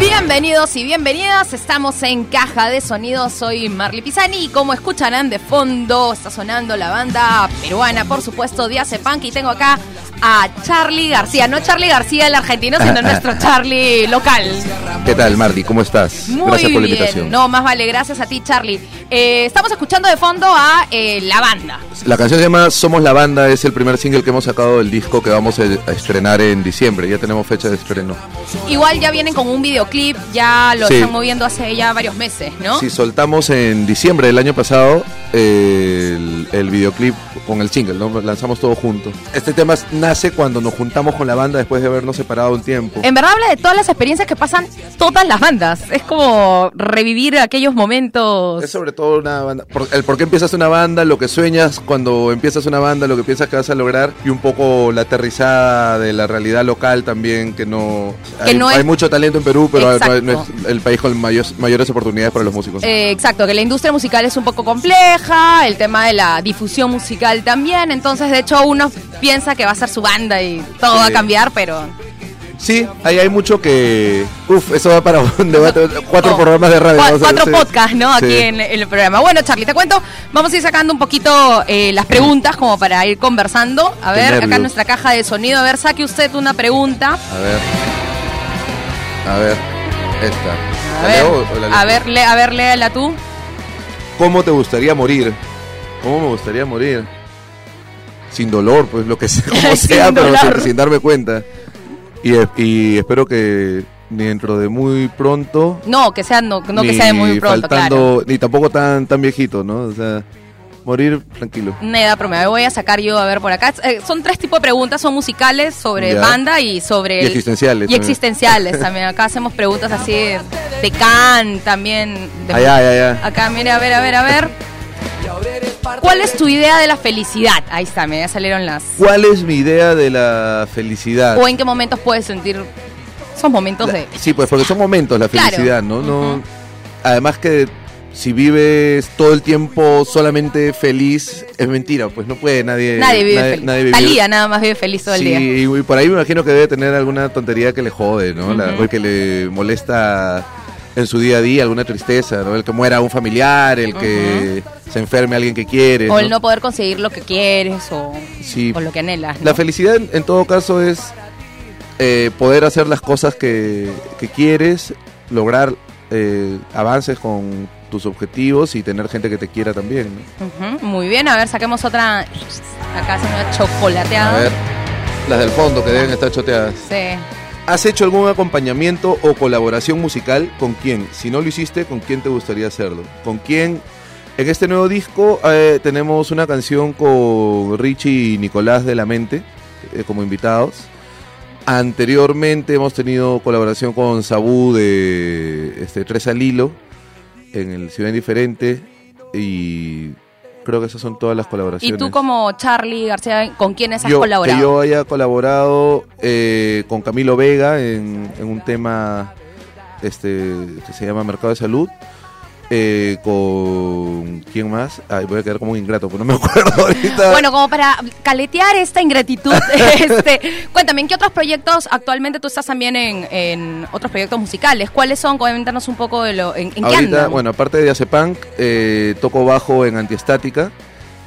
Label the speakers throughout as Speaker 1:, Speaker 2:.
Speaker 1: Bienvenidos y bienvenidas, estamos en Caja de Sonidos, soy Marley Pisani y como escucharán de fondo está sonando la banda peruana, por supuesto, de Ace Punk y tengo acá a Charlie García, no Charlie García el argentino, sino nuestro Charlie local.
Speaker 2: ¿Qué tal, Marty? ¿Cómo estás?
Speaker 1: Muy
Speaker 2: gracias por la
Speaker 1: bien.
Speaker 2: invitación.
Speaker 1: No, más vale, gracias a ti Charlie. Eh, estamos escuchando de fondo a eh, la banda.
Speaker 2: La canción se llama Somos la Banda, es el primer single que hemos sacado del disco que vamos a a estrenar en diciembre. Ya tenemos fecha de estreno.
Speaker 1: Igual ya vienen con un videoclip, ya lo
Speaker 2: Sí.
Speaker 1: están moviendo hace ya varios meses, ¿no?
Speaker 2: Sí, soltamos en diciembre del año pasado eh, el, el videoclip con el single, ¿no? lanzamos todo junto. Este tema nace cuando nos juntamos con la banda después de habernos separado un tiempo.
Speaker 1: En verdad habla de todas las experiencias que pasan todas las bandas. Es como revivir aquellos momentos.
Speaker 2: Es sobre todo una banda. por- el por qué empiezas una banda, lo que sueñas cuando empiezas una banda, lo que piensas que vas a lograr y un poco la aterrizada de la realidad local también, que no.
Speaker 1: Que
Speaker 2: hay,
Speaker 1: no es-
Speaker 2: hay mucho talento en Perú, pero
Speaker 1: Exacto.
Speaker 2: no es el país con mayores, mayores oportunidades para los músicos.
Speaker 1: Eh, exacto, que la industria musical es un poco compleja, el tema de la difusión musical también, entonces de hecho uno piensa que va a ser su banda y todo va a
Speaker 2: Sí.
Speaker 1: cambiar, pero
Speaker 2: Sí, ahí hay mucho que. Uf, eso va para un debate. Cuatro
Speaker 1: Oh.
Speaker 2: programas de radio.
Speaker 1: Cua-
Speaker 2: vamos a hacer,
Speaker 1: cuatro
Speaker 2: sí.
Speaker 1: podcasts, ¿no? Aquí
Speaker 2: Sí.
Speaker 1: en, en el programa. Bueno, Charlie, te cuento, vamos a ir sacando un poquito eh, las preguntas como para ir conversando. A
Speaker 2: Qué
Speaker 1: ver, acá
Speaker 2: nervios.
Speaker 1: en nuestra caja de sonido, a ver, saque usted una pregunta.
Speaker 2: A ver. A ver. Esta.
Speaker 1: A
Speaker 2: ¿La
Speaker 1: ver,
Speaker 2: leo o la leo?
Speaker 1: a ver, le- a ver, léala tú.
Speaker 2: ¿Cómo te gustaría morir? ¿Cómo me gustaría morir? Sin dolor, pues lo que sea,
Speaker 1: Sin
Speaker 2: como sea, pero
Speaker 1: dolor.
Speaker 2: sin, sin darme cuenta. Y, es- y espero que ni dentro de muy pronto.
Speaker 1: No, que sea, no, no que
Speaker 2: ni
Speaker 1: sea de muy pronto, claro.
Speaker 2: faltando- Ni tampoco tan, tan viejito, ¿no? O sea, morir tranquilo.
Speaker 1: Una edad promedio. Voy a sacar yo a ver por acá. Eh, son tres tipos de preguntas, son musicales sobre
Speaker 2: Ya.
Speaker 1: banda y sobre
Speaker 2: Y existenciales
Speaker 1: Y
Speaker 2: también.
Speaker 1: existenciales también. Acá hacemos preguntas así de, de Can también. de-
Speaker 2: Allá, allá, allá.
Speaker 1: Acá, mire, a ver, a ver, a ver. ¿Cuál es tu idea de la felicidad? Ahí está, me salieron las.
Speaker 2: ¿Cuál es mi idea de la felicidad?
Speaker 1: ¿O en qué momentos puedes sentir esos momentos de.
Speaker 2: Sí, pues porque son momentos la
Speaker 1: Claro.
Speaker 2: felicidad, ¿no? no
Speaker 1: Ujú.
Speaker 2: Además que si vives todo el tiempo solamente feliz, es mentira, pues no puede nadie.
Speaker 1: Nadie vive feliz.
Speaker 2: nadie vive-
Speaker 1: Talía nada más vive feliz todo el
Speaker 2: Sí,
Speaker 1: día.
Speaker 2: y y por ahí me imagino que debe tener alguna tontería que le jode, ¿no? La-
Speaker 1: Ujú.
Speaker 2: o que le molesta en su día a día, alguna tristeza, ¿no? El que muera un familiar, el que se enferme alguien que quiere.
Speaker 1: O el no poder conseguir lo que quieres o,
Speaker 2: Sí.
Speaker 1: o lo que anhelas. ¿no?
Speaker 2: La felicidad, en todo caso, es eh, poder hacer las cosas que, que quieres, lograr eh, avances con tus objetivos y tener gente que te quiera también. ¿no?
Speaker 1: Ujú, Muy bien, a ver, saquemos otra. Acá hace una chocolateada.
Speaker 2: A ver, las del fondo que deben estar choteadas.
Speaker 1: Sí.
Speaker 2: ¿Has hecho algún acompañamiento o colaboración musical con quién? Si no lo hiciste, ¿con quién te gustaría hacerlo? ¿Con quién? En este nuevo disco eh, tenemos una canción con Richie y Nicolás de la Mente eh, como invitados. Anteriormente hemos tenido colaboración con Sabú de este, Tres al Hilo en el Ciudad Indiferente y creo que esas son todas las
Speaker 1: ¿Y
Speaker 2: colaboraciones
Speaker 1: tú como Charlie García, con quiénes has
Speaker 2: yo,
Speaker 1: colaborado?
Speaker 2: Que yo haya colaborado eh, con Camilo Vega en, en un tema este que se llama Mercado de Salud. Eh, con quién más Ay, voy a quedar como un ingrato pero no me acuerdo ahorita
Speaker 1: Bueno, como para caletear esta ingratitud, este, cuéntame, ¿en qué otros proyectos actualmente tú estás también en, en otros proyectos musicales? ¿Cuáles son? Coméntanos un poco de lo, en, en qué
Speaker 2: ahorita
Speaker 1: andan.
Speaker 2: bueno aparte de Acepunk eh, toco bajo en Antiestática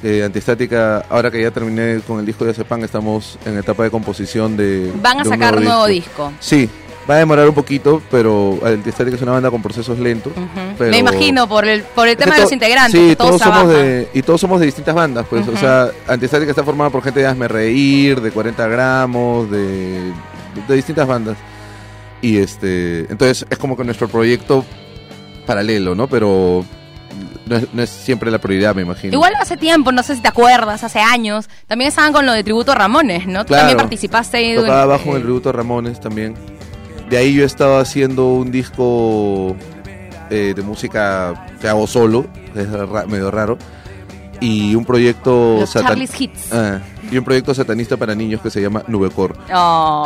Speaker 2: Eh, Antiestática ahora que ya terminé con el disco de Acepunk estamos en etapa de composición de
Speaker 1: Van a
Speaker 2: de un
Speaker 1: sacar nuevo disco.
Speaker 2: sí va a demorar un poquito pero Antiestática es una banda con procesos lentos
Speaker 1: Ujú.
Speaker 2: pero-
Speaker 1: Me imagino, por el, por el
Speaker 2: Es que
Speaker 1: tema de
Speaker 2: to-
Speaker 1: los integrantes,
Speaker 2: sí,
Speaker 1: que todos,
Speaker 2: somos
Speaker 1: trabajan.
Speaker 2: de, y todos somos de distintas bandas, pues,
Speaker 1: Ujú.
Speaker 2: o sea, Antistática está formada por gente de Hazme Reír, de 40 gramos, de, de, de distintas bandas. Y este, entonces es como que nuestro proyecto paralelo, ¿no? Pero no es, no es siempre la prioridad, me imagino.
Speaker 1: Igual hace tiempo, no sé si te acuerdas, hace años, también estaban con lo de Tributo Ramones, ¿no? Tú
Speaker 2: Claro.
Speaker 1: también participaste ahí de un-
Speaker 2: Tocaba bajo en el
Speaker 1: eh,
Speaker 2: tributo a Ramones también. De ahí yo estaba haciendo un disco eh, de música que hago solo, es ra- medio raro. Y un proyecto
Speaker 1: Los
Speaker 2: satan-
Speaker 1: Charlie's Hits.
Speaker 2: Ah, y un proyecto satanista para niños que se llama Nubecor.
Speaker 1: Oh,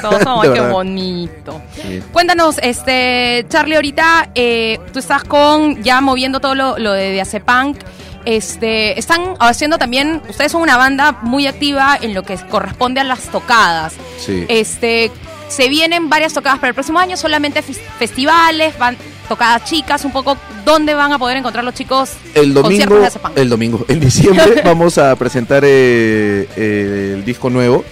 Speaker 1: todos somos,
Speaker 2: Ah. De
Speaker 1: qué
Speaker 2: verdad.
Speaker 1: bonito.
Speaker 2: Sí.
Speaker 1: Cuéntanos, este, Charlie, ahorita eh, tú estás con ya moviendo todo lo, lo de Diazepunk. Este, están haciendo también, ustedes son una banda muy activa en lo que corresponde a las tocadas.
Speaker 2: Sí.
Speaker 1: Este, Se vienen varias tocadas para el próximo año, solamente fes- festivales, van tocadas chicas, un poco dónde van a poder encontrar los chicos
Speaker 2: El domingo,
Speaker 1: conciertos de Hace Punk?
Speaker 2: el domingo, en diciembre vamos a presentar eh, eh, el disco nuevo,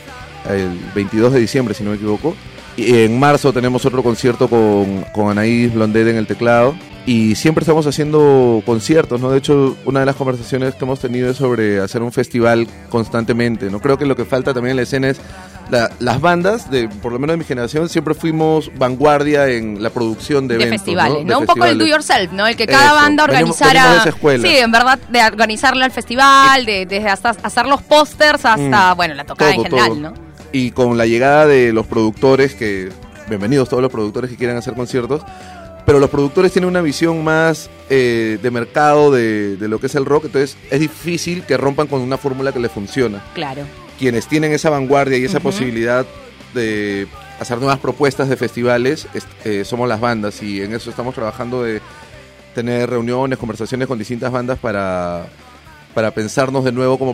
Speaker 2: el 22 de diciembre, si no me equivoco. Y en marzo tenemos otro concierto con, con Anaís Blondet en el teclado. Y siempre estamos haciendo conciertos, ¿no? De hecho, una de las conversaciones que hemos tenido es sobre hacer un festival constantemente, ¿no? Creo que lo que falta también en la escena es la- las bandas, de, por lo menos de mi generación, siempre fuimos vanguardia en la producción de,
Speaker 1: de,
Speaker 2: eventos,
Speaker 1: festivales,
Speaker 2: De
Speaker 1: ¿no? Un poco el
Speaker 2: festivales.
Speaker 1: do yourself, ¿no? El que cada
Speaker 2: Eso,
Speaker 1: banda
Speaker 2: venimos-
Speaker 1: organizara.
Speaker 2: venimos de esa escuela.
Speaker 1: Sí, en verdad, de organizarla al festival, de, desde hasta hacer los pósters hasta, bueno, la tocada en
Speaker 2: Mm. Todo,
Speaker 1: general,
Speaker 2: todo.
Speaker 1: ¿no?
Speaker 2: Y con la llegada de los productores, que bienvenidos todos los productores que quieran hacer conciertos, pero los productores tienen una visión más eh, de mercado de, de lo que es el rock, entonces es difícil que rompan con una fórmula que les funciona.
Speaker 1: Claro.
Speaker 2: Quienes tienen esa vanguardia y esa
Speaker 1: Ujú.
Speaker 2: posibilidad de hacer nuevas propuestas de festivales, es- eh, somos las bandas y en eso estamos trabajando de tener reuniones, conversaciones con distintas bandas para, para pensarnos de nuevo como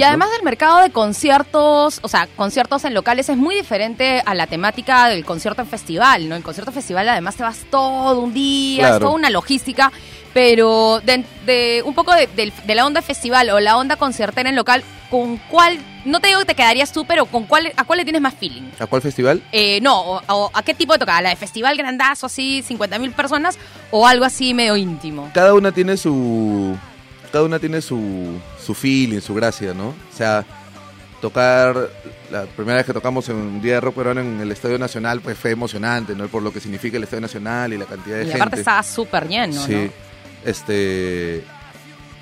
Speaker 1: Y
Speaker 2: Pues, ¿no?
Speaker 1: además del mercado de conciertos, o sea, conciertos en locales es muy diferente a la temática del concierto en festival, ¿no? El concierto en festival además te vas todo un día, es
Speaker 2: Claro.
Speaker 1: toda una logística, pero de, de- un poco de, del- de la onda festival o la onda concertera en local, ¿con cuál, no te digo que te quedarías tú, pero ¿con cuál, a cuál le tienes más feeling?
Speaker 2: ¿A cuál festival?
Speaker 1: Eh, no, o, o ¿a qué tipo de tocada? ¿La de festival grandazo, así, 50.000 personas? ¿O algo así medio íntimo?
Speaker 2: cada una tiene su cada una tiene su su feeling, su gracia, ¿no? O sea, tocar la primera vez que tocamos en un día de rock peruano en el Estadio Nacional pues fue emocionante, ¿no? Por lo que significa el Estadio Nacional y la cantidad de
Speaker 1: Y
Speaker 2: gente.
Speaker 1: aparte estaba súper lleno,
Speaker 2: sí.
Speaker 1: ¿no?
Speaker 2: Este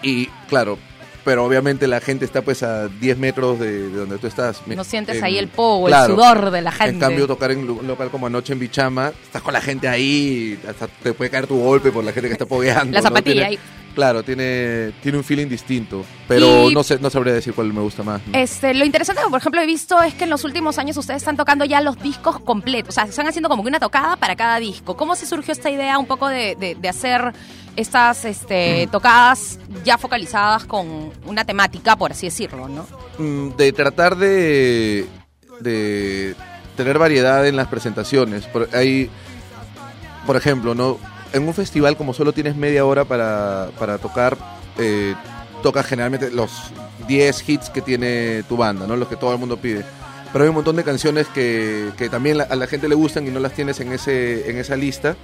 Speaker 2: y claro, pero obviamente la gente está pues a 10 metros de, de donde tú estás.
Speaker 1: No
Speaker 2: Me-
Speaker 1: sientes
Speaker 2: en-
Speaker 1: ahí el pogo,
Speaker 2: claro.
Speaker 1: el sudor de la gente.
Speaker 2: En cambio, tocar en lu- un local como anoche en Bichama, estás con la gente ahí, hasta te puede caer tu golpe por la gente que está pogueando.
Speaker 1: La
Speaker 2: ¿no?
Speaker 1: zapatilla
Speaker 2: Tiene-
Speaker 1: ahí.
Speaker 2: Claro, tiene, tiene un feeling distinto. Pero
Speaker 1: Y-
Speaker 2: no sé, no sabría decir cuál me gusta más. ¿no?
Speaker 1: Este, lo interesante que, por ejemplo, he visto es que en los últimos años ustedes están tocando ya los discos completos. O sea, están haciendo como que una tocada para cada disco. ¿Cómo se surgió esta idea un poco de, de- de hacer estas este,
Speaker 2: Mm.
Speaker 1: tocadas ya focalizadas con una temática, por así decirlo, ¿no?
Speaker 2: Mm, de tratar de, de tener variedad en las presentaciones. Por, hay, por ejemplo, ¿no? en un festival como solo tienes media hora para, para tocar, eh, tocas generalmente los 10 hits que tiene tu banda, ¿no? los que todo el mundo pide. Pero hay un montón de canciones que, que también la- a la gente le gustan y no las tienes en, ese, en esa lista.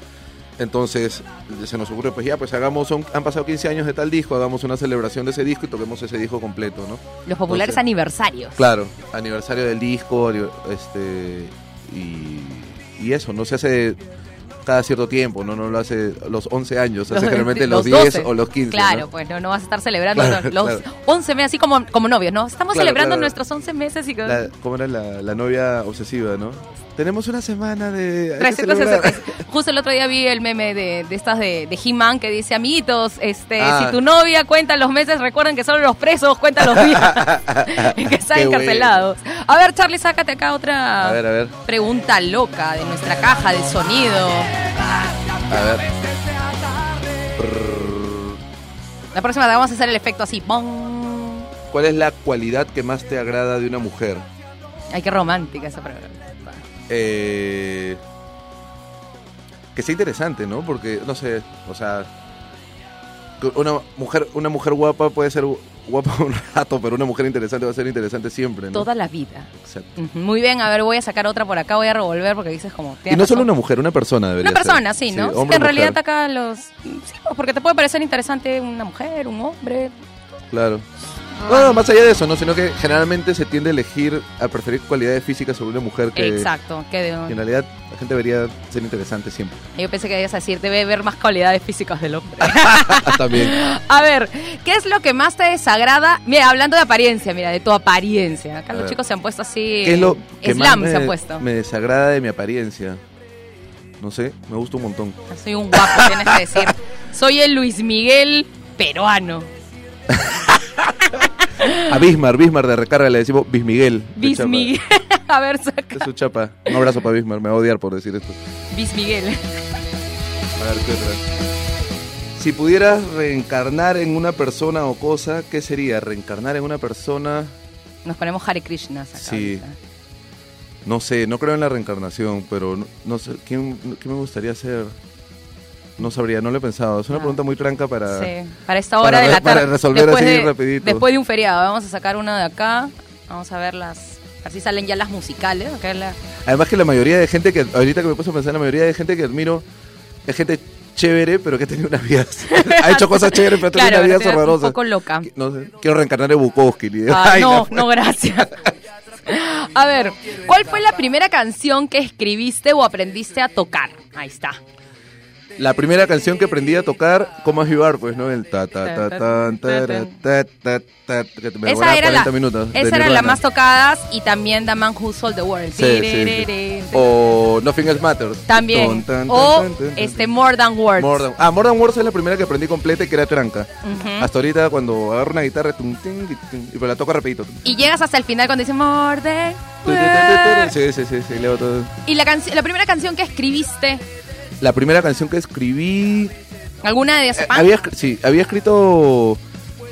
Speaker 2: Entonces se nos ocurre, pues ya, pues hagamos, son- han pasado 15 años de tal disco, hagamos una celebración de ese disco y toquemos ese disco completo, ¿no?
Speaker 1: Los populares
Speaker 2: Entonces-
Speaker 1: aniversarios.
Speaker 2: Claro, aniversario del disco, ani- este y, y eso, no se hace cada cierto tiempo, no no lo hace a los 11 años, se hace generalmente los, 10
Speaker 1: 12.
Speaker 2: o los 15.
Speaker 1: Claro,
Speaker 2: ¿no?
Speaker 1: pues no, no vas a estar celebrando
Speaker 2: Claro,
Speaker 1: los
Speaker 2: claro.
Speaker 1: 11 meses, así como, como novios, ¿no? Estamos
Speaker 2: Claro,
Speaker 1: celebrando
Speaker 2: claro.
Speaker 1: nuestros 11 meses y...
Speaker 2: La- ¿Cómo era la, la novia obsesiva, no? Tenemos una semana de... hay que
Speaker 1: 366.
Speaker 2: celebrar.
Speaker 1: Justo el otro día vi el meme de, de estas de, de He-Man que dice, amiguitos, este,
Speaker 2: Ah.
Speaker 1: si tu novia cuenta los meses, recuerden que son los presos, cuentan los días que están
Speaker 2: Qué bueno.
Speaker 1: encarcelados. A ver, Charlie, sácate acá otra
Speaker 2: A ver, a ver,
Speaker 1: pregunta loca de nuestra caja de sonido.
Speaker 2: a ver.
Speaker 1: La próxima te vamos a hacer el efecto así. ¡Bong!
Speaker 2: ¿Cuál es la cualidad que más te agrada de una mujer?
Speaker 1: Ay, qué romántica esa pregunta.
Speaker 2: Eh, que sea interesante, ¿no? Porque, no sé, o sea, que una mujer, una mujer guapa puede ser gu- guapa un rato, pero una mujer interesante va a ser interesante siempre, ¿no?
Speaker 1: Toda la vida.
Speaker 2: Exacto.
Speaker 1: Ujú, Muy bien, a ver, voy a sacar otra por acá, voy a revolver porque dices como...
Speaker 2: Y
Speaker 1: tienes
Speaker 2: no solo
Speaker 1: razón.
Speaker 2: una mujer, una persona debería
Speaker 1: Una persona, sí, ¿no? Sí, que en realidad
Speaker 2: está...
Speaker 1: ataca a los... Sí, pues, porque te puede parecer interesante una mujer, un hombre.
Speaker 2: Claro.
Speaker 1: Ah.
Speaker 2: No, no, más allá de eso, ¿no? Sino que generalmente se tiende a elegir, a preferir cualidades físicas sobre una mujer que...
Speaker 1: Eh, Exacto. Que
Speaker 2: que en realidad la gente debería ser interesante siempre.
Speaker 1: Yo pensé que ibas a decir, debe ver más cualidades físicas del hombre.
Speaker 2: También.
Speaker 1: a ver, ¿qué es lo que más te desagrada? Mira, hablando de apariencia, mira, de tu apariencia. Acá
Speaker 2: A
Speaker 1: los
Speaker 2: ver.
Speaker 1: chicos se han puesto así...
Speaker 2: ¿Qué es lo que
Speaker 1: Slam
Speaker 2: más
Speaker 1: Eh, se
Speaker 2: me-
Speaker 1: han puesto.
Speaker 2: Me desagrada de mi apariencia. No sé, me gusta un montón.
Speaker 1: Ah, Soy un guapo, tienes que decir. Soy el Luis Miguel peruano.
Speaker 2: A Bismarck, Bismarck de recarga le decimos Bismiguel. de
Speaker 1: Bis
Speaker 2: chapa.
Speaker 1: Miguel. a ver, saca.
Speaker 2: Es su chapa. Un abrazo para Bismarck, me va a odiar por decir esto.
Speaker 1: Bis Miguel.
Speaker 2: A ver, ¿qué otra? Si pudieras reencarnar en una persona o cosa, ¿qué sería? Reencarnar en una persona.
Speaker 1: Nos ponemos Hare Krishna acá.
Speaker 2: Sí.
Speaker 1: ahorita.
Speaker 2: No sé, no creo en la reencarnación, pero no, no sé, ¿quién, ¿qué me gustaría ser? No sabría, no lo he pensado. Es una
Speaker 1: Ah.
Speaker 2: pregunta muy tranca para...
Speaker 1: Sí, para esta hora
Speaker 2: para
Speaker 1: de
Speaker 2: re-
Speaker 1: la tarde.
Speaker 2: para resolver
Speaker 1: después
Speaker 2: así
Speaker 1: de,
Speaker 2: rapidito.
Speaker 1: Después de un feriado, vamos a sacar una de acá. Vamos a ver las. Así salen ya las musicales. acá la-
Speaker 2: Además que la mayoría de gente que, ahorita que me puse a pensar, la mayoría de gente que admiro es gente chévere, pero que ha tenido unas vidas. ha hecho cosas chéveres, pero ha tenido
Speaker 1: Claro,
Speaker 2: unas
Speaker 1: pero
Speaker 2: vidas
Speaker 1: un
Speaker 2: horrorosas.
Speaker 1: poco loca.
Speaker 2: No sé, quiero reencarnar en Bukowski. y-
Speaker 1: Ah,
Speaker 2: Ay, la
Speaker 1: no,
Speaker 2: fue-
Speaker 1: no, gracias. A ver, ¿cuál fue la primera canción que escribiste o aprendiste a tocar? Ahí está.
Speaker 2: La primera canción que aprendí a tocar, ¿cómo es Vivar? Pues, ¿no? El ta ta ta tan, tara, ta ta ta que me
Speaker 1: esa
Speaker 2: demoraba
Speaker 1: era, la,
Speaker 2: 40 minutos de
Speaker 1: esa era la
Speaker 2: Nirvana.
Speaker 1: más tocadas y también The Man Who Sold the World.
Speaker 2: Sí, sí, sí. O Nothing Else Matters. Ton,
Speaker 1: También.
Speaker 2: tan, tan,
Speaker 1: O
Speaker 2: tan, tan, tan.
Speaker 1: este More Than Words.
Speaker 2: More Than- ah, More Than Words es la primera que aprendí completa y que era tranca.
Speaker 1: ¿Eh?
Speaker 2: Hasta ahorita cuando agarro una guitarra, tum, ting, y ting, y pues la toco repito.
Speaker 1: Y llegas hasta el final cuando dice More Than Words.
Speaker 2: Sí, sí, sí, sí, leo todo.
Speaker 1: Y la, canci- la primera canción que escribiste,
Speaker 2: La primera canción que escribí...
Speaker 1: alguna de esas.
Speaker 2: eh, había, escr- sí, había escrito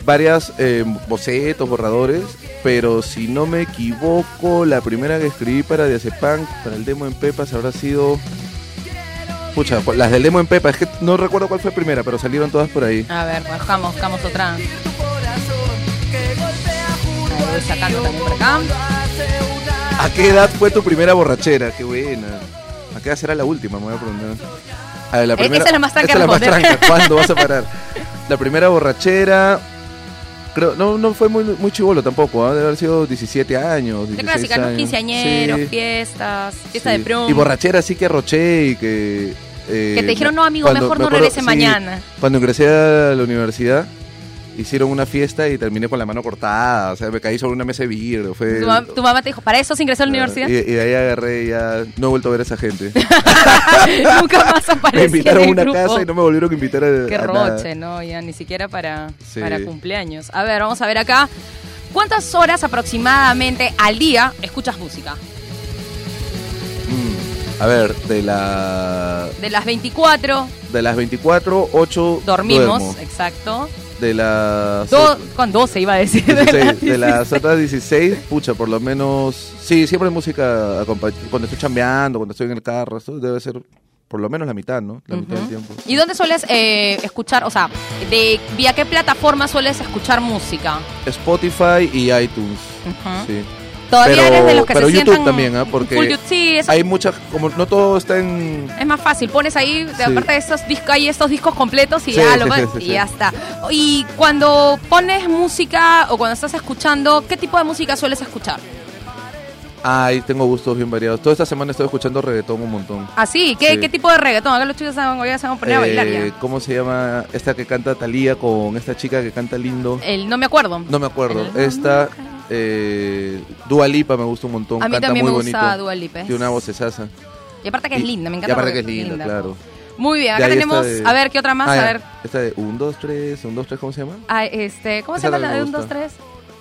Speaker 2: varias eh, bocetos, borradores, pero si no me equivoco, la primera que escribí para Diazepam, para el demo en Pepas, habrá sido... Pucha, pues, las del demo en Pepas, es que no recuerdo cuál fue primera, pero salieron todas por ahí.
Speaker 1: A ver, buscamos, buscamos otra. Ahí voy sacando también por acá.
Speaker 2: ¿A qué edad fue tu primera borrachera? Qué buena. ¿A qué edad será la última? Me voy a preguntar. A ver, la
Speaker 1: Eh, esa es la más tranca
Speaker 2: esa es la más
Speaker 1: responder.
Speaker 2: tranca. ¿Cuándo vas a parar? La primera borrachera. Creo, no, no fue muy, muy chivolo tampoco, ¿ah? debe haber sido 17 años. 16
Speaker 1: Te clásica, ¿no?
Speaker 2: años.
Speaker 1: Quinceañeros,
Speaker 2: Sí,
Speaker 1: fiestas, fiesta
Speaker 2: sí.
Speaker 1: de prom.
Speaker 2: Y borrachera sí que arroché y que. eh,
Speaker 1: Que te dijeron, no, amigo, mejor
Speaker 2: me
Speaker 1: no regrese
Speaker 2: sí,
Speaker 1: mañana.
Speaker 2: Cuando ingresé a la universidad, hicieron una fiesta y terminé con la mano cortada. O sea, me caí sobre una mesa de vidrio. Fue,
Speaker 1: tu, mam- tu mamá te dijo, ¿para eso se
Speaker 2: Ah,
Speaker 1: ingresó a la universidad?
Speaker 2: y, y de ahí agarré y ya no he vuelto a ver a esa gente.
Speaker 1: Nunca más apareció
Speaker 2: me invitaron
Speaker 1: en
Speaker 2: a
Speaker 1: el
Speaker 2: una
Speaker 1: grupo.
Speaker 2: casa y no me volvieron a invitar a,
Speaker 1: Qué
Speaker 2: a
Speaker 1: roche,
Speaker 2: nada.
Speaker 1: ¿no? Ya ni siquiera para,
Speaker 2: Sí.
Speaker 1: para cumpleaños. A ver, vamos a ver acá. ¿Cuántas horas aproximadamente al día escuchas música?
Speaker 2: Mm. A ver, de la
Speaker 1: De las 24
Speaker 2: de las 24, 8
Speaker 1: dormimos,
Speaker 2: duermo.
Speaker 1: exacto.
Speaker 2: De las
Speaker 1: Do- con 12 iba a decir.
Speaker 2: 16,
Speaker 1: ¿verdad?
Speaker 2: de las otras 16, pucha, por lo menos sí, siempre hay música acompa- cuando estoy chambeando, cuando estoy en el carro, eso debe ser por lo menos la mitad, ¿no? La mitad del tiempo.
Speaker 1: ¿Y dónde sueles eh, escuchar, o sea, de vía qué plataforma sueles escuchar música?
Speaker 2: Spotify y iTunes.
Speaker 1: Ujú.
Speaker 2: Sí.
Speaker 1: Todavía
Speaker 2: Pero-
Speaker 1: eres de los que
Speaker 2: pero
Speaker 1: se
Speaker 2: YouTube
Speaker 1: sientan
Speaker 2: también, ¿ah? Porque
Speaker 1: full YouTube. Sí, eso
Speaker 2: Hay muchas como no todo está en
Speaker 1: es más fácil. Pones ahí, te
Speaker 2: Sí.
Speaker 1: aparte de estos discos, hay estos discos completos y
Speaker 2: Sí,
Speaker 1: ya
Speaker 2: sí,
Speaker 1: lo
Speaker 2: sí,
Speaker 1: ves
Speaker 2: sí,
Speaker 1: y
Speaker 2: sí.
Speaker 1: ya está. Y cuando pones música o cuando estás escuchando, ¿qué tipo de música sueles escuchar?
Speaker 2: Ay, tengo gustos bien variados. Toda esta semana estoy escuchando reggaetón un montón.
Speaker 1: Así, Ah, ¿qué,
Speaker 2: Sí.
Speaker 1: ¿qué tipo de reggaetón? Acá los chicos se van, hoy ya se van a poner a bailar
Speaker 2: Eh,
Speaker 1: ya.
Speaker 2: ¿Cómo se llama esta que canta Talía con esta chica que canta lindo?
Speaker 1: El no me acuerdo.
Speaker 2: No me acuerdo. Esta eh, Dua Lipa me gusta un montón.
Speaker 1: a mí
Speaker 2: canta
Speaker 1: también me
Speaker 2: muy
Speaker 1: gusta
Speaker 2: bonito.
Speaker 1: Dua Lipa.
Speaker 2: Tiene una vocesaza.
Speaker 1: Y aparte que es
Speaker 2: Y-
Speaker 1: linda, me
Speaker 2: y
Speaker 1: encanta.
Speaker 2: aparte que es
Speaker 1: porque
Speaker 2: linda, claro.
Speaker 1: Muy bien, acá
Speaker 2: De ahí
Speaker 1: tenemos,
Speaker 2: esta de-
Speaker 1: a ver, ¿qué otra más?
Speaker 2: Ah,
Speaker 1: a
Speaker 2: ya.
Speaker 1: ver,
Speaker 2: Esta de 1, 2, 3, 1, 2, 3, ¿cómo se llama?
Speaker 1: ah, este, ¿cómo se
Speaker 2: Esa es
Speaker 1: llama
Speaker 2: la
Speaker 1: la
Speaker 2: que
Speaker 1: de
Speaker 2: me
Speaker 1: 1, 2,
Speaker 2: gusta.
Speaker 1: 3?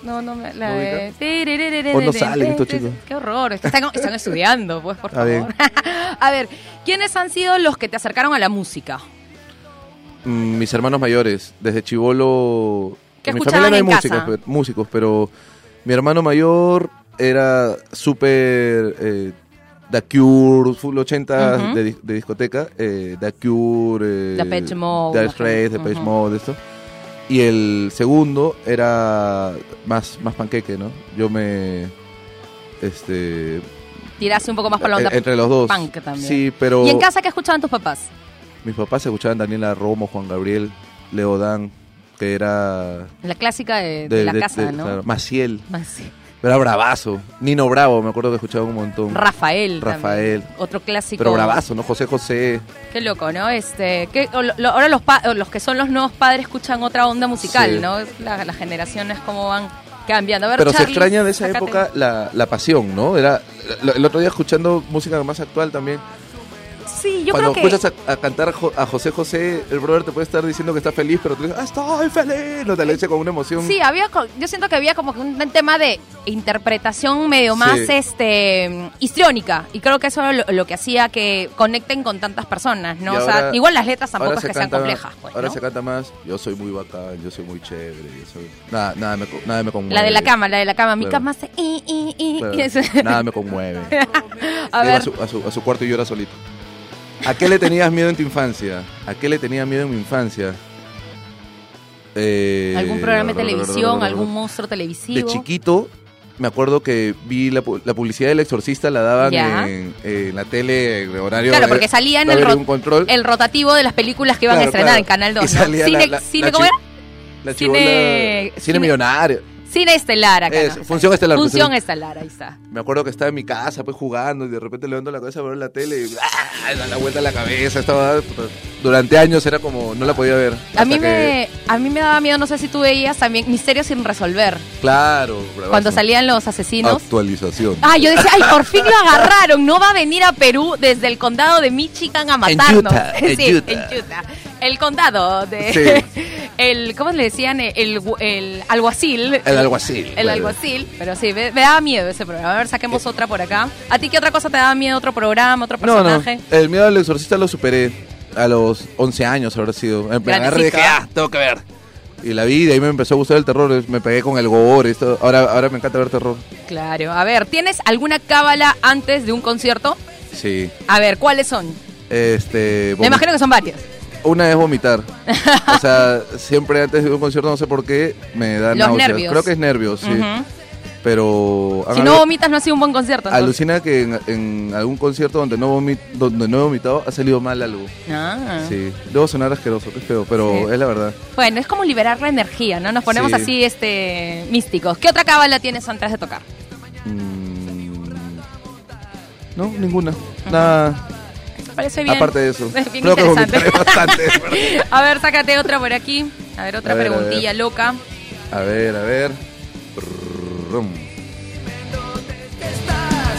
Speaker 1: No, no, me- la
Speaker 2: ¿No
Speaker 1: de...
Speaker 2: ubicas?
Speaker 1: Tiriririririri,
Speaker 2: O no salen estos
Speaker 1: tiririri.
Speaker 2: chicos.
Speaker 1: Qué horror, es que están, están estudiando, pues, por
Speaker 2: Está bien.
Speaker 1: favor. A ver, ¿quiénes han sido los que te acercaron a la música?
Speaker 2: Mm, mis hermanos mayores, desde Chivolo.
Speaker 1: ¿Qué
Speaker 2: en mi
Speaker 1: escuchaban
Speaker 2: familia no hay
Speaker 1: en
Speaker 2: músicos,
Speaker 1: casa?
Speaker 2: pe- músicos, pero mi hermano mayor era súper eh, The Cure, full 80
Speaker 1: Ujú.
Speaker 2: de, dis- de discoteca, eh, The Cure, eh,
Speaker 1: Depeche Mode,
Speaker 2: Dire
Speaker 1: la
Speaker 2: Straits,
Speaker 1: gente,
Speaker 2: Depeche
Speaker 1: ujú.
Speaker 2: Mode, esto. Y el segundo era más, más panqueque, ¿no? Yo me. Este.
Speaker 1: Tirarse un poco más por la onda.
Speaker 2: en- Eh, entre los dos.
Speaker 1: punk también.
Speaker 2: Sí, pero.
Speaker 1: ¿Y en casa qué escuchaban tus papás?
Speaker 2: Mis papás escuchaban Daniela Romo, Juan Gabriel, Leo Dan, que era
Speaker 1: La clásica de, de
Speaker 2: de-
Speaker 1: la
Speaker 2: de-
Speaker 1: casa,
Speaker 2: de-
Speaker 1: ¿no?
Speaker 2: claro, Maciel,
Speaker 1: Más, sí.
Speaker 2: era bravazo. Nino Bravo, me acuerdo que escuchaba un montón.
Speaker 1: Rafael. también.
Speaker 2: Rafael.
Speaker 1: Otro clásico.
Speaker 2: pero bravazo, ¿no? José José.
Speaker 1: Qué loco, ¿no? Este, que, o lo- lo- ahora los, pa- o los que son los nuevos padres escuchan otra onda musical,
Speaker 2: Sí.
Speaker 1: ¿no? La- las generaciones cómo van cambiando. A ver,
Speaker 2: pero se
Speaker 1: Charlie,
Speaker 2: extraña de esa
Speaker 1: sácate.
Speaker 2: época la, la pasión, ¿no? Era lo- el otro día escuchando música más actual también.
Speaker 1: Sí, yo
Speaker 2: Cuando
Speaker 1: creo que.
Speaker 2: escuchas a, a cantar a Jo- a José José, el brother te puede estar diciendo que está feliz, pero tú dices, "Ah, estoy feliz. No te lo dice con una emoción.
Speaker 1: Sí, había, co- yo siento que había como que un tema de interpretación medio más
Speaker 2: Sí.
Speaker 1: este histriónica. Y creo que eso era lo, lo que hacía que conecten con tantas personas, ¿no?
Speaker 2: Y
Speaker 1: O sea,
Speaker 2: ahora-
Speaker 1: igual las letras tampoco
Speaker 2: ahora
Speaker 1: es
Speaker 2: se
Speaker 1: que sean
Speaker 2: canta-
Speaker 1: complejas, pues,
Speaker 2: Ahora
Speaker 1: ¿no?
Speaker 2: se canta más, yo soy muy bacán, yo soy muy chévere, yo soy... Nada, nada me, co- nada me conmueve.
Speaker 1: La de la cama, la de la cama. Mi
Speaker 2: Claro.
Speaker 1: cama hace... i, i, i,
Speaker 2: Claro,
Speaker 1: y eso.
Speaker 2: Nada me conmueve.
Speaker 1: A
Speaker 2: Iba a
Speaker 1: ver,
Speaker 2: su, a, su, a su cuarto y llora solito. ¿A qué le tenías miedo en tu infancia? ¿A qué le tenías miedo en mi infancia? Eh,
Speaker 1: algún programa de televisión, algún monstruo
Speaker 2: De
Speaker 1: televisivo.
Speaker 2: chiquito, me acuerdo que vi la, pu- la publicidad del exorcista, la daban
Speaker 1: Ya.
Speaker 2: en, en la tele, en horario...
Speaker 1: Claro, porque salía en el,
Speaker 2: horario de
Speaker 1: ro-
Speaker 2: un control.
Speaker 1: el rotativo de las películas que iban a
Speaker 2: Claro,
Speaker 1: estrenar
Speaker 2: claro.
Speaker 1: en Canal 2.
Speaker 2: Y
Speaker 1: ¿no?
Speaker 2: salía la-
Speaker 1: Cine,
Speaker 2: la-
Speaker 1: cine,
Speaker 2: la
Speaker 1: ¿cómo
Speaker 2: chi-
Speaker 1: era?
Speaker 2: La
Speaker 1: Cine-
Speaker 2: chibola- Cine,
Speaker 1: cine-
Speaker 2: millonario.
Speaker 1: Cine estelar acá.
Speaker 2: Es,
Speaker 1: ¿no?
Speaker 2: función estelar. pues,
Speaker 1: Función estelar, ahí está.
Speaker 2: Me acuerdo que estaba en mi casa, pues jugando, y de repente levanto la cabeza, veo la tele y ¡ah! da la vuelta a la cabeza. Estaba. pues, Durante años era como. No la podía ver.
Speaker 1: A
Speaker 2: Hasta
Speaker 1: mí,
Speaker 2: que-
Speaker 1: me, a mí me daba miedo, no sé si tú veías también Misterios sin resolver,
Speaker 2: Claro, bravazo.
Speaker 1: cuando salían los asesinos.
Speaker 2: Actualización.
Speaker 1: Ah, yo decía, ay, por fin lo agarraron, no va a venir a Perú desde el condado de Michigan a
Speaker 2: En
Speaker 1: matarnos.
Speaker 2: Utah, en
Speaker 1: sí,
Speaker 2: Utah.
Speaker 1: en Utah. El condado de...
Speaker 2: Sí.
Speaker 1: El, ¿Cómo le decían? El, el alguacil.
Speaker 2: El alguacil.
Speaker 1: El alguacil, pero sí, me, me daba miedo ese programa. A ver, saquemos otra por acá. ¿A ti qué otra cosa te daba miedo? ¿Otro programa? ¿Otro
Speaker 2: Eh. No, no.
Speaker 1: personaje?
Speaker 2: El miedo al exorcista lo superé a los 11 años, habrá sido. Me agarré y
Speaker 1: Grandecito,
Speaker 2: dije, ah, tengo que ver. Y la vi, de ahí me empezó a gustar el terror. Me pegué con el gore. Esto, ahora, ahora me encanta ver terror.
Speaker 1: Claro. A ver, ¿tienes alguna cábala antes de un concierto?
Speaker 2: Sí.
Speaker 1: A ver, ¿cuáles son?
Speaker 2: Este.
Speaker 1: Me imagino que son varias.
Speaker 2: Una es vomitar. O sea, siempre antes de un concierto, no sé por qué, me da
Speaker 1: Los
Speaker 2: náuseas.
Speaker 1: nervios.
Speaker 2: Creo que es nervios, sí.
Speaker 1: Ujú.
Speaker 2: Pero.
Speaker 1: Si
Speaker 2: hagan
Speaker 1: no
Speaker 2: algo-
Speaker 1: vomitas, no ha sido un buen concierto. entonces.
Speaker 2: alucina que en, en algún concierto donde no, vomi- donde no he vomitado ha salido mal algo.
Speaker 1: Ah.
Speaker 2: Sí. Debo sonar asqueroso, qué feo, pero
Speaker 1: Sí.
Speaker 2: es la verdad.
Speaker 1: Bueno, es como liberar la energía, ¿no? Nos ponemos
Speaker 2: Sí.
Speaker 1: así, este, místicos. ¿Qué otra cábala tienes antes de tocar?
Speaker 2: Mm, No, ninguna. Nada.
Speaker 1: Me Parece bien.
Speaker 2: Aparte de eso.
Speaker 1: Es bien
Speaker 2: creo que
Speaker 1: interesante.
Speaker 2: vomitaré bastante.
Speaker 1: A ver, sácate otra por aquí. A ver, otra
Speaker 2: A ver, a ver.
Speaker 1: preguntilla loca.
Speaker 2: A ver, a ver. Brum.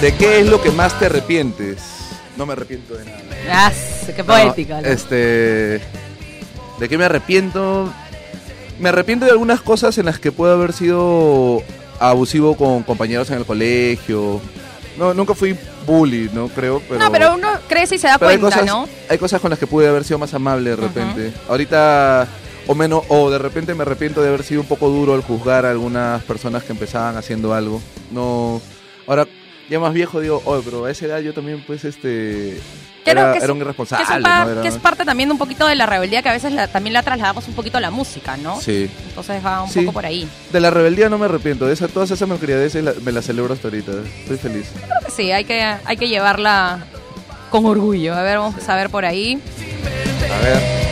Speaker 2: ¿De qué es lo que más te arrepientes? No me arrepiento de nada.
Speaker 1: Ah, qué poética.
Speaker 2: No,
Speaker 1: ¿no?
Speaker 2: este. ¿De qué me arrepiento? Me arrepiento de algunas cosas en las que puedo haber sido abusivo con compañeros en el colegio. No, nunca fui bully, no creo, pero.
Speaker 1: no, pero uno crece y se da
Speaker 2: pero hay
Speaker 1: Ah, cuenta,
Speaker 2: cosas-
Speaker 1: ¿no?
Speaker 2: Hay cosas con las que pude haber sido más amable de repente. Ahorita. O menos, o de repente me arrepiento de haber sido un poco duro al juzgar a algunas personas que empezaban haciendo algo. No. Ahora, ya más viejo digo, oye, pero a esa edad yo también, pues, este.
Speaker 1: Creo
Speaker 2: Era,
Speaker 1: que es-
Speaker 2: era un
Speaker 1: Que
Speaker 2: irresponsable.
Speaker 1: es, un pa-
Speaker 2: ¿no? Era-
Speaker 1: que es parte también de un poquito de la rebeldía que a veces la- también la trasladamos un poquito a la música, ¿no?
Speaker 2: Sí.
Speaker 1: Entonces va un
Speaker 2: Sí.
Speaker 1: poco por ahí.
Speaker 2: De la rebeldía no me arrepiento. De esa, todas esas malcriadeces la- me las celebro hasta ahorita. Estoy feliz.
Speaker 1: Creo que sí, hay que, hay que llevarla con orgullo. A ver, vamos a ver por ahí.
Speaker 2: A ver.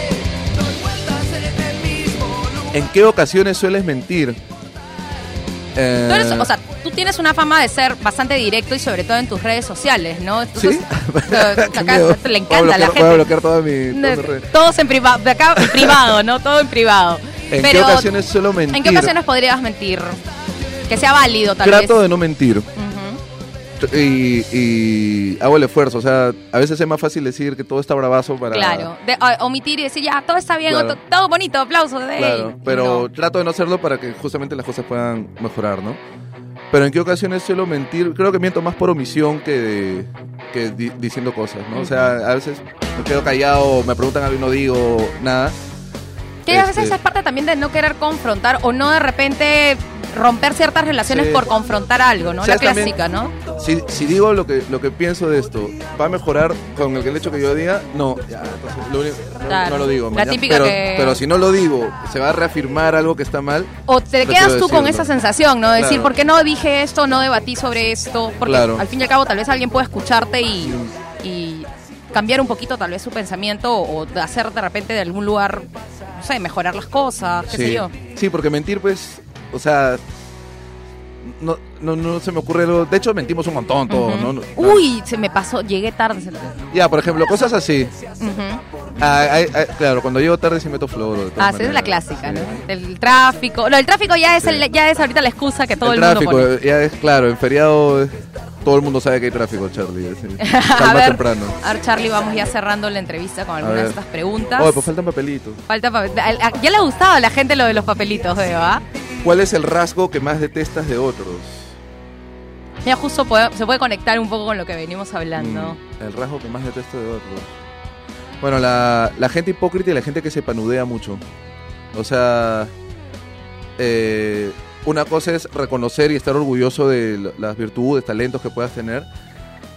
Speaker 2: ¿En qué ocasiones sueles mentir? Eh,
Speaker 1: Tú eres- o sea, tú tienes una fama de ser bastante directo y sobre todo en tus redes sociales, ¿no? Entonces,
Speaker 2: Eh, ¿Sí?
Speaker 1: o sea,
Speaker 2: Qué
Speaker 1: acá
Speaker 2: miedo.
Speaker 1: le
Speaker 2: Voy a
Speaker 1: encanta a la
Speaker 2: bloquear, voy a
Speaker 1: gente.
Speaker 2: bloquear toda mi, toda mi red.
Speaker 1: Todos en privado, acá en privado, ¿no? Todo en privado.
Speaker 2: ¿En
Speaker 1: Pero,
Speaker 2: qué ocasiones suelo mentir?
Speaker 1: ¿en qué ocasiones podrías mentir? Que sea válido, tal
Speaker 2: Trato
Speaker 1: vez.
Speaker 2: de no mentir.
Speaker 1: Ujú.
Speaker 2: Y, y hago el esfuerzo. O sea, a veces es más fácil decir que todo está bravazo para.
Speaker 1: Claro, de, ah, omitir y decir, ya, todo está bien,
Speaker 2: Claro.
Speaker 1: o to- todo bonito, aplausos. ey.
Speaker 2: Claro, pero
Speaker 1: No.
Speaker 2: trato de no hacerlo para que justamente las cosas puedan mejorar, ¿no? Pero en qué ocasiones suelo mentir, creo que miento más por omisión que, de- que di- diciendo cosas, ¿no? O sea, a veces me quedo callado, me preguntan algo y no digo nada.
Speaker 1: Que a
Speaker 2: este-
Speaker 1: veces es parte también de no querer confrontar o no de repente romper ciertas relaciones
Speaker 2: Sí.
Speaker 1: por confrontar algo, ¿no? La
Speaker 2: ¿Sabes también?
Speaker 1: clásica, ¿no?
Speaker 2: Si, si digo lo que, lo que pienso de esto, ¿va a mejorar con el hecho que yo diga? No, ya, entonces, lo único- no- no,
Speaker 1: Claro.
Speaker 2: lo digo.
Speaker 1: La
Speaker 2: mañana.
Speaker 1: típica
Speaker 2: pero,
Speaker 1: que-
Speaker 2: pero si no lo digo, ¿se va a reafirmar algo que está mal?
Speaker 1: O te
Speaker 2: Prefiero
Speaker 1: quedas tú con
Speaker 2: decirlo.
Speaker 1: esa sensación, ¿no? Decir,
Speaker 2: Claro.
Speaker 1: ¿por qué no dije esto? No debatí sobre esto. Porque
Speaker 2: Claro.
Speaker 1: al fin y al cabo, tal vez alguien pueda escucharte y, y cambiar un poquito, tal vez, su pensamiento o de hacer de repente de algún lugar, no sé, mejorar las cosas, qué sé yo.
Speaker 2: Sí, porque mentir, pues, o sea, no, no, no se me ocurre algo. De hecho, mentimos un montón todos,
Speaker 1: Ujú.
Speaker 2: ¿no? No-
Speaker 1: Uy, se me pasó, llegué tarde. se-
Speaker 2: Ya, por ejemplo, cosas así.
Speaker 1: Ujú.
Speaker 2: Ah, ah, ah, claro, cuando llego tarde sí meto flor. de todas
Speaker 1: Ah, sí, es la
Speaker 2: maneras.
Speaker 1: clásica,
Speaker 2: Sí.
Speaker 1: ¿no? El tráfico. No, el tráfico ya es,
Speaker 2: Sí.
Speaker 1: el- ya es ahorita la excusa que todo
Speaker 2: el
Speaker 1: el, mundo
Speaker 2: tráfico,
Speaker 1: pone.
Speaker 2: eh, ya es claro, en feriado eh, Todo el mundo sabe que hay tráfico, Charlie. así. Calma
Speaker 1: ver,
Speaker 2: temprano.
Speaker 1: a ver, Charlie, vamos ya cerrando la entrevista con algunas
Speaker 2: ver.
Speaker 1: de estas preguntas.
Speaker 2: Oye, pues faltan papelitos.
Speaker 1: Falta pa- al- a- Ya le ha gustado a la gente lo de los papelitos, veo, ¿ah?
Speaker 2: ¿Cuál es el rasgo que más detestas de otros?
Speaker 1: Mira, justo puede- se puede conectar un poco con lo que venimos hablando.
Speaker 2: Mm, el rasgo que más detesto de otros. Bueno, la, la gente hipócrita y la gente que se panudea mucho. O sea, eh, una cosa es reconocer y estar orgulloso de lo- las virtudes, talentos que puedas tener.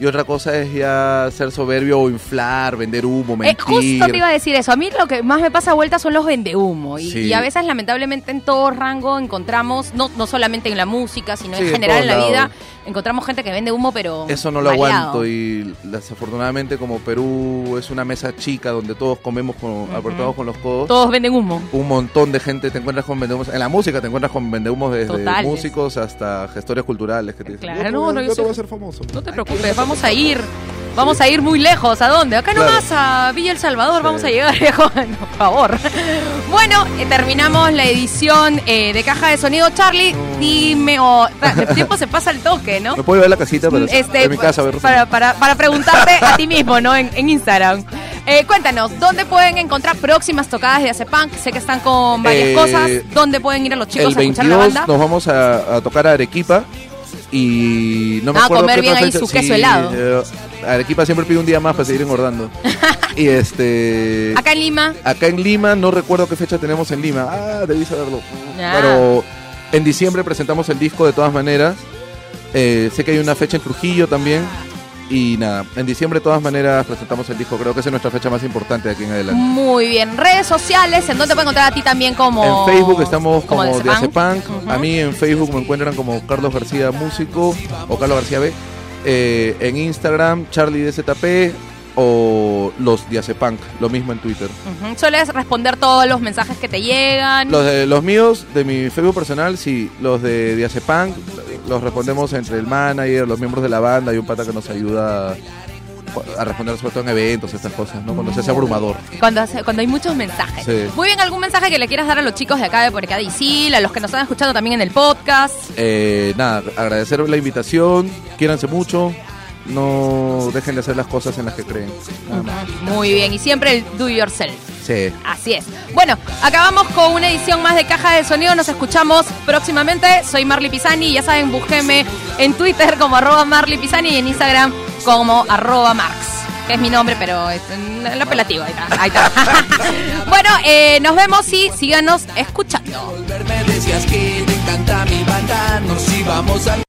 Speaker 2: Y otra cosa es ya ser soberbio o inflar, vender humo,
Speaker 1: Eh,
Speaker 2: mentir.
Speaker 1: justo te iba a decir eso. A mí lo que más me pasa vuelta son los vendehumo. Y,
Speaker 2: Sí.
Speaker 1: y a veces, lamentablemente, en todo rango encontramos, no, no solamente en la música, sino
Speaker 2: Sí,
Speaker 1: en
Speaker 2: en
Speaker 1: general en la
Speaker 2: todos
Speaker 1: vida,
Speaker 2: lados.
Speaker 1: encontramos gente que vende humo, pero.
Speaker 2: Eso no lo
Speaker 1: variado.
Speaker 2: aguanto y desafortunadamente como Perú es una mesa chica donde todos comemos con, apretados con los codos.
Speaker 1: Todos venden humo.
Speaker 2: un montón de gente te encuentras con vendehumos. En la música te encuentras con vendehumos desde
Speaker 1: Totales.
Speaker 2: músicos hasta gestores culturales que te dicen.
Speaker 1: Claro, no, no, yo
Speaker 3: te
Speaker 1: soy-
Speaker 3: voy a ser famoso.
Speaker 1: No te preocupes, vamos a ir. Vamos a ir muy lejos. ¿A dónde? Acá
Speaker 2: Claro.
Speaker 1: nomás, a Villa El Salvador.
Speaker 2: Sí.
Speaker 1: Vamos a llegar lejos, por favor. Bueno, eh, terminamos la edición eh, de Caja de Sonido. Charlie, dime. o- el tiempo se pasa al toque, ¿no?
Speaker 2: Me puedo llevar a la casita pero
Speaker 1: Este,
Speaker 2: en mi casa, a ver,
Speaker 1: para, para, para preguntarte a ti mismo, ¿no? En, en Instagram. Eh, cuéntanos, ¿dónde pueden encontrar próximas tocadas de Acepunk? Sé que están con varias
Speaker 2: Eh,
Speaker 1: cosas. ¿Dónde pueden ir a los chicos
Speaker 2: el
Speaker 1: a escuchar la
Speaker 2: 22
Speaker 1: banda?
Speaker 2: nos vamos a, a tocar a Arequipa y no me
Speaker 1: Ah,
Speaker 2: acuerdo
Speaker 1: comer
Speaker 2: qué
Speaker 1: bien
Speaker 2: otra
Speaker 1: ahí su
Speaker 2: fecha-
Speaker 1: queso helado.
Speaker 2: eh, Arequipa siempre pide un día más para seguir engordando. y este
Speaker 1: Acá en Lima.
Speaker 2: acá en Lima no recuerdo qué fecha tenemos en Lima. Ah, debí saberlo.
Speaker 1: Ah.
Speaker 2: Pero en diciembre presentamos el disco de todas maneras. Eh, sé que hay una fecha en Trujillo también. Y nada, en diciembre de todas maneras presentamos el disco. Creo que esa es nuestra fecha más importante de aquí en adelante.
Speaker 1: Muy bien. Redes sociales, ¿en dónde pueden encontrar a ti también como.
Speaker 2: En Facebook estamos como
Speaker 1: de
Speaker 2: Diazepunk.
Speaker 1: Ujú.
Speaker 2: A mí en Facebook me encuentran como Carlos García Músico o Carlos García B. Eh, en Instagram, Charlie DZP o los Diazepunk. Lo mismo en Twitter.
Speaker 1: Ujú. Sueles responder todos los mensajes que te llegan.
Speaker 2: Los, de, los míos, de mi Facebook personal, sí. Los de Diazepunk, los respondemos entre el manager, los miembros de la banda y un pata que nos ayuda a, a responder sobre todo en eventos, estas cosas, ¿no? Cuando se hace abrumador.
Speaker 1: Cuando, hace- cuando hay muchos mensajes.
Speaker 2: Sí.
Speaker 1: Muy bien, ¿algún mensaje que le quieras dar a los chicos de acá de Por acá de Isil, a los que nos están escuchando también en el podcast?
Speaker 2: Eh, nada, agradecer la invitación, quiéranse mucho, no dejen de hacer las cosas en las que creen. Nada más.
Speaker 1: Muy bien, y siempre el do yourself.
Speaker 2: Sí.
Speaker 1: Así es. Bueno, acabamos con una edición más de Caja de Sonido. Nos escuchamos próximamente. Soy Marley Pisani. Ya saben, búsquenme en Twitter como arroba Marley Pisani y en Instagram como arroba Marx. Que es mi nombre, pero es el el apelativo. Ahí está. ahí está. bueno, eh, nos vemos y síganos escuchando.
Speaker 4: volverme decías que te encanta mi banda, nos íbamos al